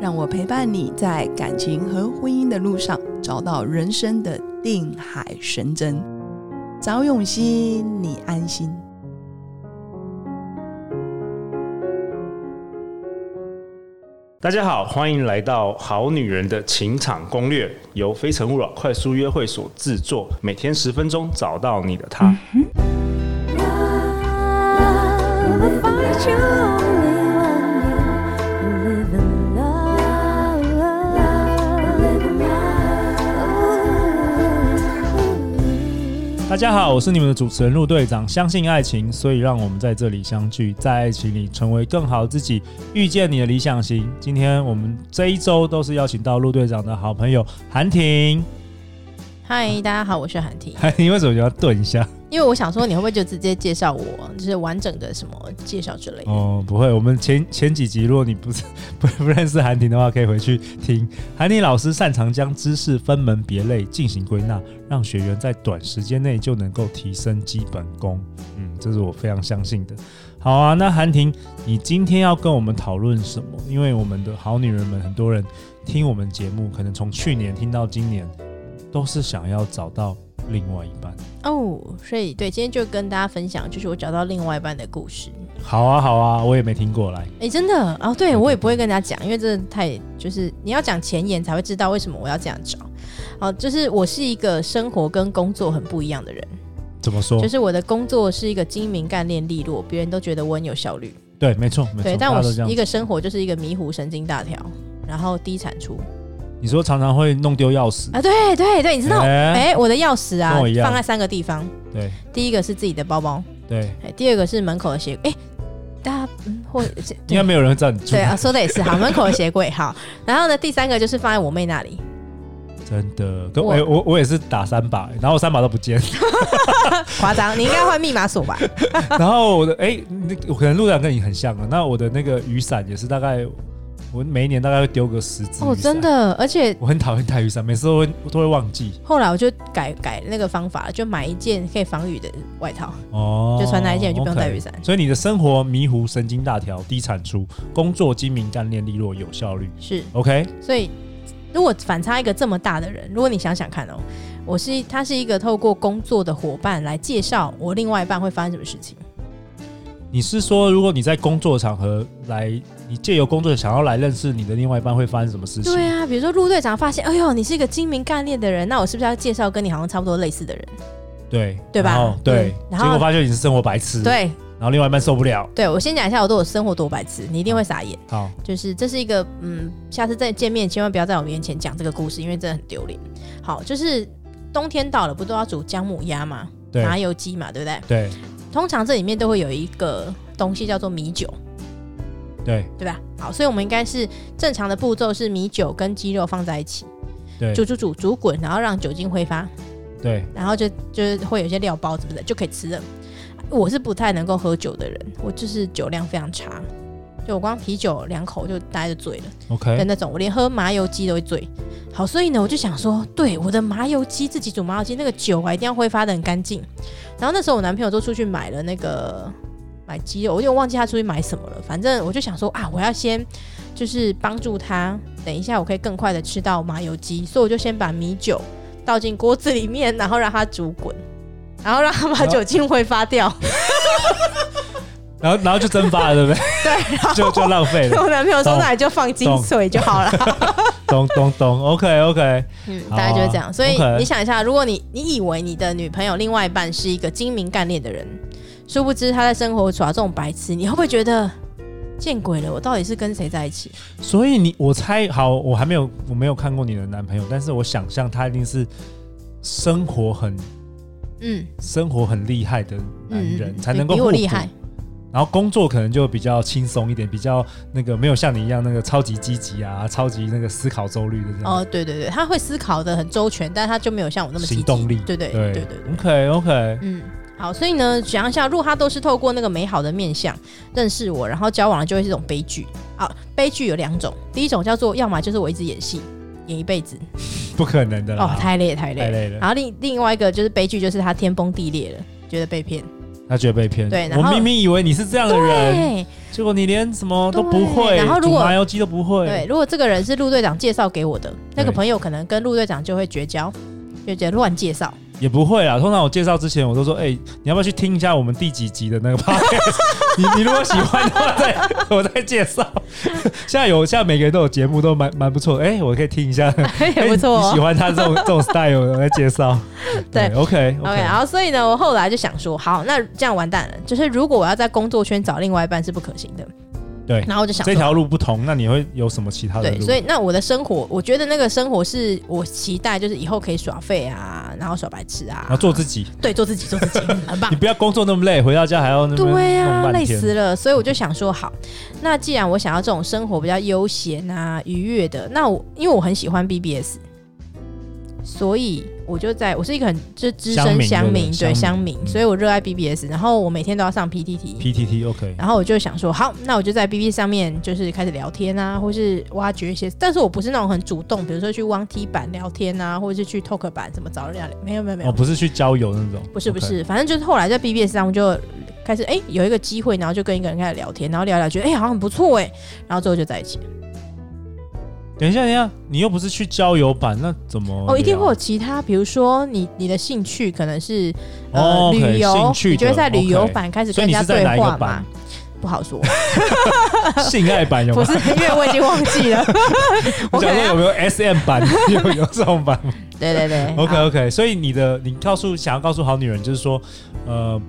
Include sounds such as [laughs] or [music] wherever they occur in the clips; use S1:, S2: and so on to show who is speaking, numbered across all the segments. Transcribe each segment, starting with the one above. S1: 让我陪伴你在感情和婚姻的路上，找到人生的定海神针。找永熙，你安心。
S2: 大家好，欢迎来到《好女人的情场攻略》，由非诚勿扰快速约会所制作，每天十分钟，找到你的他。
S3: 嗯
S4: Love, if I truly want you, live in love, live in love.
S3: 大家好，我是你们的主持人陆队长。相信爱情，所以让我们在这里相聚，在爱情里成为更好自己，遇见你的理想型。今天我们这一周都是邀请到陆队长的好朋友韩婷。
S5: 嗨，大家好，我是韩婷。
S3: 韩婷为什么要顿一下？
S5: 因为我想说，你会不会就直接介绍我，就是完整的什么介绍之类的？
S3: 哦，不会，我们前前几集，如果你不是 [laughs] 不不认识韩婷的话，可以回去听。韩婷老师擅长将知识分门别类进行归纳，让学员在短时间内就能够提升基本功。嗯，这是我非常相信的。好啊，那韩婷，你今天要跟我们讨论什么？因为我们的好女人们，很多人听我们节目，可能从去年听到今年，都是想要找到另外一半。
S5: 哦，所以对，今天就跟大家分享，就是我找到另外一半的故事。
S3: 好啊，好啊，我也没听过来。
S5: 哎、真的哦，对我也不会跟大家讲，因为这太就是你要讲前言才会知道为什么我要这样找。哦，就是我是一个生活跟工作很不一样的人，
S3: 怎么说？
S5: 就是我的工作是一个精明、干练、利落，别人都觉得我很有效率。
S3: 对，没错，没错，
S5: 对，但
S3: 大
S5: 我
S3: 家都这样
S5: 一个生活就是一个迷糊、神经大条，然后低产出。
S3: 你说常常会弄丢钥匙，
S5: 啊，对对对，你知道，
S3: 嗯哎
S5: 哎、我的钥匙啊
S3: 跟我一，样
S5: 放在三个地方。
S3: 对
S5: 第一个是自己的包包，
S3: 对，
S5: 哎，第二个是门口的鞋，哎、大家嗯或这
S3: 应该没有人会知道你住
S5: 对
S3: 哪，
S5: 啊，说的也是，好，门口的鞋柜好。然后呢，第三个就是放在我妹那里，
S3: 真的。跟我
S5: 我
S3: 哎我我也是打三把，然后我三把都不
S5: [laughs]
S3: 见，
S5: 夸张，你应该换密码
S3: [laughs]
S5: 锁吧？
S3: 然后我的哎，那我可能路上跟你很像啊。那我的那个雨伞也是大概，我每一年大概会丢个十只。
S5: 哦，真，的，而且
S3: 我很讨厌带雨伞，每次都会都会忘记
S5: 后来我就改改那个方法了，就买一件可以防雨的外套。
S3: 哦，
S5: 就穿那一件就不用带
S3: OK
S5: 雨伞
S3: 所以你的生活迷糊、神经大条、低产出，工作精明、干练、利落、有效率。
S5: 是，
S3: OK，
S5: 所以如果反差一个这么大的人，如果你想想看哦，我是他是一个透过工作的伙伴来介绍我另外一半会发生什么事情。
S3: 你是说，如果你在工作场合来，你借由工作想要来认识你的另外一半，会发生什么事情？
S5: 对啊，比如说陆队长发现，哎呦，你是一个精明干练的人，那我是不是要介绍跟你好像差不多类似的人？
S3: 对
S5: 对吧
S3: 然后对
S5: 嗯，然后
S3: 结果发现你是生活白痴，，
S5: 对，
S3: 然后另外一半受不了。
S5: 对我先讲一下我对我生活多白痴，你一定会傻眼。
S3: 好，
S5: 就是这是一个，嗯，下次再见面千万不要在我面前讲这个故事，因为真的很丢脸。好，就是冬天到了，不都要煮姜母鸭嘛，
S3: 对
S5: 麻油鸡嘛，对不对？
S3: 对
S5: 通常这里面都会有一个东西叫做米酒，
S3: 对
S5: 对吧？好，所以我们应该是正常的步骤是米酒跟鸡肉放在一起
S3: 对
S5: 煮煮煮煮滚，然后让酒精挥发，
S3: 对，
S5: 然后就就是会有一些料包什么的就可以吃了。我是不太能够喝酒的人，我就是酒量非常差，就我光啤酒两口就大家就醉了的
S3: OK，
S5: 那种，我连喝麻油鸡都会醉。好，所以呢，我就想说，对我的麻油鸡自己煮麻油鸡，那个酒啊一定要挥发的很干净。然后那时候我男朋友都出去买了那个买鸡肉，我有点忘记他出去买什么了。反正我就想说啊，我要先就是帮助他，等一下我可以更快的吃到麻油鸡，所以我就先把米酒倒进锅子里面，然后让它煮滚，然后让它把酒精挥发掉。
S3: 然后然后就蒸发了，对不对？
S5: [laughs] 对，然后
S3: 就就浪费了，
S5: [laughs] 我男朋友说那你就放金水就好了。
S3: 懂懂懂，OK OK，
S5: 嗯，
S3: 好啊
S5: 大概就是这样。所以
S3: OK
S5: 你想一下，如果你你以为你的女朋友另外一半是一个精明干练的人，殊不知她在生活耍这种白痴，你会不会觉得见鬼了？我到底是跟谁在一起？
S3: 所以你我猜好，我还没有我没有看过你的男朋友，但是我想象他一定是生活很
S5: 嗯
S3: 生活很厉害的男
S5: 嗯，
S3: 人，
S5: 嗯
S3: 才能够
S5: 比比
S3: 互
S5: 我
S3: 补
S5: 厉害。
S3: 然后工作可能就比较轻松一点，比较那个没有像你一样那个超级积极啊，超级那个思考周率的这样
S5: 哦，
S3: 子
S5: 对对对，他会思考的很周全，但他就没有像我那么积极
S3: 行动力
S5: 对对
S3: 对
S5: 对对对，
S3: OK OK，
S5: 嗯。好，所以呢，想一下，如果他都是透过那个美好的面相认识我，然后交往了，就会是一种悲剧啊。悲剧有两种，第一种叫做，要么就是我一直演戏，演一辈子，
S3: 不可能的
S5: 哦
S3: 啦，，
S5: 太累太累
S3: 啊太累了
S5: 然后另另外一个就是悲剧，就是他天崩地裂了，觉得被骗。
S3: 他觉得被骗。
S5: 对然
S3: 我
S5: 后
S3: 明明以为你是这样的人，，结果你连什么都不会，
S5: 对然后如果
S3: 煮麻油鸡都不会，
S5: 对，如果这个人是陆队长介绍给我的，那个
S3: 对
S5: 朋友可能跟陆队长就会绝交，就觉得乱
S3: [laughs]
S5: 介绍。
S3: 也不会啦。通常我介绍之前，我都说，哎、你要不要去听一下我们第几集的那个 podcast？你 [laughs] 你如果喜欢的话，再 [laughs] 我再介绍。现在有现在每个人都有节目，都蛮蛮不错。哎、我可以听一下，
S5: [laughs] 也不错
S3: 哎 [laughs] 你喜
S5: 哦。
S3: 欢他这种这种 style，我再介
S5: [laughs]
S3: 绍。
S5: 对
S3: ，OK
S5: [laughs] OK，然后所以呢，我后来就想说，好，那这样完蛋了。就是如果我要在工作圈找另外一半是不可行的。
S3: 对
S5: 然后我就想
S3: 哎这
S5: 说
S3: 条路不同，那你会有什么其他的
S5: 对，
S3: 路？
S5: 所以那我的生活，我觉得那个生活是我期待，就是以后可以耍废啊，然后耍白痴啊
S3: 然，后做自己，
S5: 对，做自己，做自己，很棒
S3: 你。不要工作那么累，回到家还要那么
S5: 啊对呀、
S3: 弄半
S5: 累
S3: 天
S5: 死了。所以我就想说，好，那既然我想要这种生活比较悠闲啊、愉悦的，那我因为我很喜欢 BBS，所以我就在我是一个很就是资
S3: 乡
S5: 深
S3: 民
S5: 乡民，
S3: 对不
S5: 对
S3: 对乡
S5: 乡
S3: 民
S5: 民，
S3: 嗯
S5: 所以我热爱 BBS，然后我每天都要上 PTT。
S3: PTT OK，
S5: 然后我就想说，好，那我就在 B B 上面就是开始聊天啊，或是挖掘一些，但是我不是那种很主动，比如说去汪 T 版聊天啊，或者是去 Talk 版怎么找人家聊，没有没有没有，
S3: 哦，不是去交友那种，
S5: 不是不是反正就是后来在 BBS 上就开始哎、有一个机会，然后就跟一个人开始聊天，然后聊一聊觉得哎、好像很不错哎、然后最后就在一起了。
S3: 等一下，等一下，你又不是去交友版，那怎么？
S5: 哦，一定会有其他，比如说你你的兴趣可能是呃、
S3: 哦，OK，
S5: 旅游，
S3: 兴趣的
S5: 你就会在旅游
S3: OK
S5: 版开始
S3: 所
S5: 跟
S3: 以
S5: 人
S3: 你是
S5: 家
S3: 在
S5: 对
S3: 哪一
S5: 话
S3: 个
S5: 嘛
S3: 版？？
S5: 不
S3: [laughs]
S5: 好说，
S3: [laughs] 性爱版有
S5: [laughs] 不
S3: 吗
S5: 是？因为我已经忘
S3: [laughs]
S5: 记了，
S3: 我
S5: 我可
S3: 想
S5: 能
S3: 说有
S5: 要
S3: 没有 SM 版？ [laughs] 有有这种版吗
S5: 对对对
S3: ？OK
S5: 哎好
S3: OK，所以你的你告诉想要告诉好女人就是说，呃，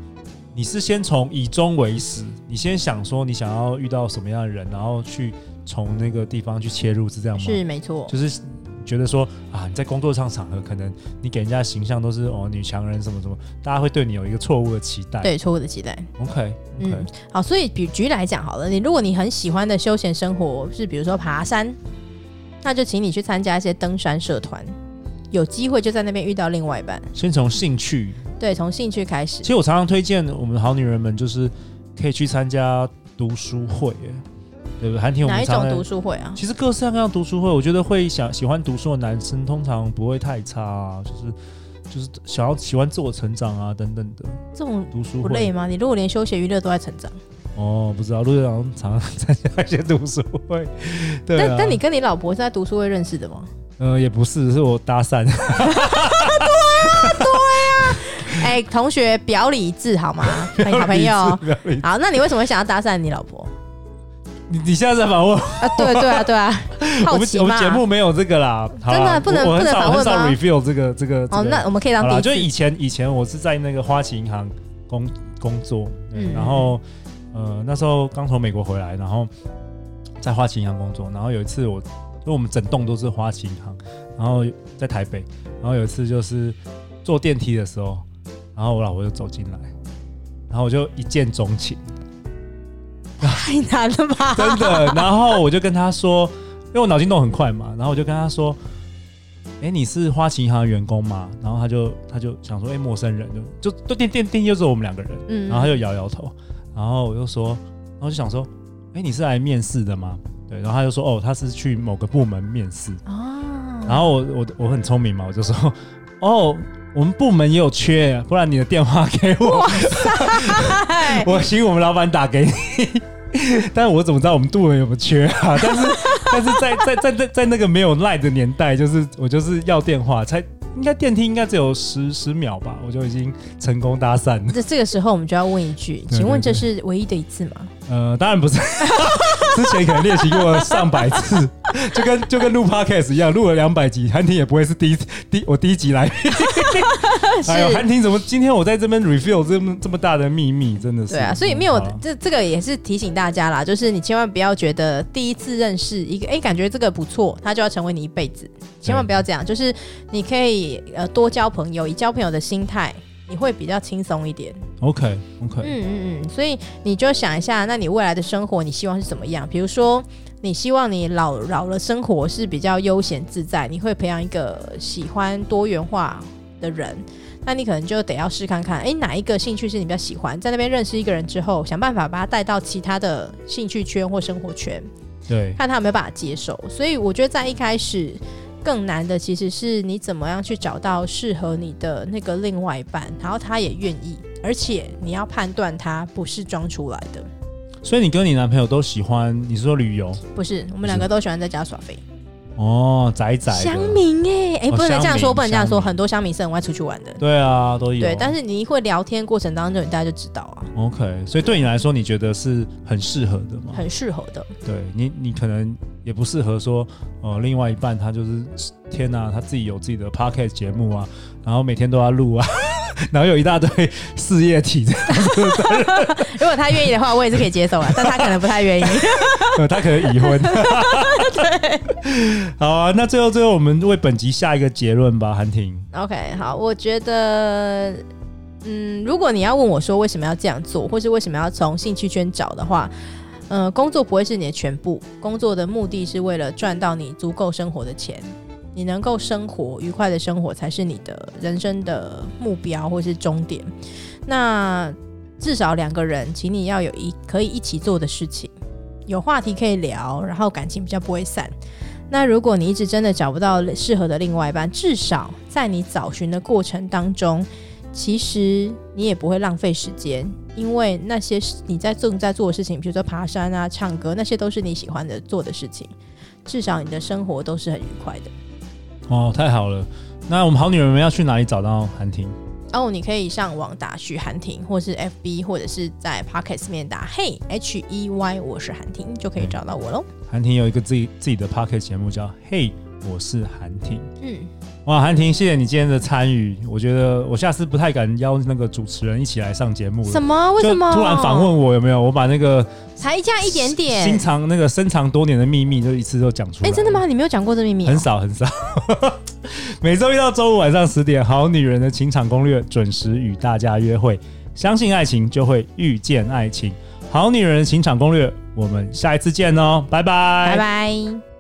S3: 你是先从以终为始，你先想说你想要遇到什么样的人，然后去从那个地方去切入，是这样吗？
S5: 是没错，
S3: 就是觉得说啊，你在工作上场合，可能你给人家的形象都是哦女强人什么什么，大家会对你有一个错误的期待。
S5: 对错误的期待。
S3: ，OK，
S5: 嗯，好，所以举举例来讲好了，你如果你很喜欢的休闲生活是比如说爬山，那就请你去参加一些登山社团，有机会就在那边遇到另外一半。
S3: 先从兴趣
S5: 对，从兴趣开始
S3: 其。实我常常推荐我们好女人们，就是可以去参加读书会，哎对不对？韩婷，我
S5: 哪
S3: 们
S5: 一
S3: 常
S5: 种
S3: 在
S5: 读书会啊？
S3: 其实各式各样读书会，我觉得会想喜欢读书的男生通常不会太差、啊，就是就是想要喜欢自我成长啊等等的
S5: 这种
S3: 读书
S5: 不
S3: 会。
S5: 累吗？你如果连休闲娱乐都在成长，
S3: 哦，不知道陆队长常常参加一些读书会，对、啊。
S5: 但但你跟你老婆是在读书会认识的吗？
S3: 呃也不是，是我搭讪，
S5: 哎、同学表里一致好吗？哎 [laughs] 好朋友，
S3: 不要理
S5: 好，那你为什么想要搭讪你老婆
S3: [laughs] 你你现在在访问我
S5: 啊？对对啊对啊，好
S3: 我们
S5: 奇
S3: 我
S5: 嘛
S3: 们节目没有这个啦，好啦
S5: 真的不能
S3: 我我很
S5: 不能
S3: 少
S5: 访问
S3: 很少
S5: 吗
S3: review 这个这个这
S5: 哦，
S3: 个
S5: 那我们可以当
S3: 好啦，就
S5: 第
S3: 以
S5: 一次。
S3: 前以前我是在那个花旗银行工工作，对
S5: 嗯
S3: 然后呃那时候刚从美国回来，然后在花旗银行工作，然后有一次我因为我们整栋都是花旗银行，然后在台北，然后有一次就是坐电梯的时候，然后我老婆就走进来，然后我就一见钟情，
S5: 太难了 [laughs] 吧？
S3: 真的，然后我就跟她说，因为我脑筋动很快嘛，然后我就跟她说。哎、你是花旗银行的员工吗？然后她就她就想说，哎、陌生人就就就电电电梯就只有我们两个人，
S5: 嗯
S3: 然后他就摇摇头，然后我就说，然后就想说，哎，你是来面试的吗？对，然后他就说，哦，他是去某个部门面试。
S5: 啊
S3: 然后我我我很聪明嘛，我就说， [laughs] 哦，我们部门也有缺，不然你的电话给我，[laughs]
S5: 嗨
S3: 我请我们老板打给你。 [laughs] 但我怎么知道我们部门有没有缺啊？ [laughs] 但是但是在在在在在那个没有赖的年代，就是我就是要电话，才应该电梯应该只有十十秒吧，我就已经成功搭讪了。
S5: 这这个时候我们就要问一句，
S3: 对
S5: 请问这是唯一的一次吗？
S3: 呃，当然不是， [laughs] 之前可能练习过上百次，就跟就跟录 podcast 一样，录了两百集，韩婷也不会是第一第我第一集来宾。 [laughs] 哎呦，韩婷怎么今天我在这边 reveal 这么这么大的秘密，真的是。
S5: 对啊，所以没有
S3: 嗯好
S5: 这这个也是提醒大家啦，就是你千万不要觉得第一次认识一个，哎、感觉这个不错，他就要成为你一辈子，千万不要这样。就是你可以呃多交朋友，以交朋友的心态你会比较轻松一点。
S3: OK OK，
S5: 嗯嗯嗯，所以你就想一下，那你未来的生活你希望是怎么样？比如说，你希望你老老了生活是比较悠闲自在，你会培养一个喜欢多元化的人，那你可能就得要试看看，诶，哪一个兴趣是你比较喜欢？在那边认识一个人之后，想办法把他带到其他的兴趣圈或生活圈，
S3: 对，
S5: 看他有没有办法接受。所以我觉得在一开始。更难的其实是你怎么样去找到适合你的那个另外一半，然后他也愿意，而且你要判断他不是装出来的，
S3: 所以你跟你男朋友都喜欢，你是说旅游
S5: 不是我们两个都喜欢在家耍飞。
S3: 哦，宅宅的
S5: 乡民哎、哎、
S3: 哦
S5: 不能这样
S3: 乡
S5: 说，
S3: 民
S5: 不能这样
S3: 乡
S5: 说，
S3: 民
S5: 很多乡民是很爱出去玩的，
S3: 对啊，都有，
S5: 对。但是你会聊天过程当中，你大家就知道啊，
S3: OK，所以对你来说，你觉得是很适合的吗？
S5: 很适合的。
S3: 对你，你可能也不适合说，呃，另外一半他就是天哪、他自己有自己的 podcast 节目啊，然后每天都要录啊， [laughs] 然后有一大堆事业体这样，
S5: 如果他愿意的话，我也是可以接受啊，但他可能不太愿意。
S3: 呃他可能已
S5: [laughs]
S3: 婚。 [laughs] 好啊，那最后最后我们为本集下一个结论吧，韩婷。
S5: OK，好，我觉得，嗯，如果你要问我说为什么要这样做，或是为什么要从兴趣圈找的话，呃，工作不会是你的全部，工作的目的是为了赚到你足够生活的钱，你能够生活愉快的生活才是你的人生的目标或是终点。那至少两个人，请你要有一可以一起做的事情，有话题可以聊，然后感情比较不会散。那如果你一直真的找不到适合的另外一半，至少在你找寻的过程当中，其实你也不会浪费时间，因为那些是你在正在做的事情，比如说爬山啊、唱歌，那些都是你喜欢的做的事情。至少你的生活都是很愉快的。
S3: 哦，太好了。那我们好女人们要去哪里找到韩婷？
S5: 哦，你可以上网打许寒婷，或是 FB，或者是在 Pocket 面打 Hey H E Y，我是寒婷，就可以找到我喽。
S3: 韩婷有一个自己自己的 podcast 节目叫《嘿，我是韩婷》。
S5: 嗯，
S3: 哇，韩婷，谢谢你今天的参与。我觉得我下次不太敢邀那个主持人一起来上节目了。
S5: 什么？为什么？
S3: 就突然访问我有没有？我把那个
S5: 才这样一点
S3: 心
S5: 点。
S3: 藏那个深藏多年的秘密，就一次就讲出
S5: 哎、
S3: 来。
S5: 真的？吗？你没有讲过这秘密、哦？
S3: 很少很少。 [laughs] 每周一到周五晚上十点，《好女人的情场攻略》准时与大家约会。相信爱情，就会遇见爱情。《好女人的情场攻略》，我们下一次见哦，拜拜，
S5: 拜拜。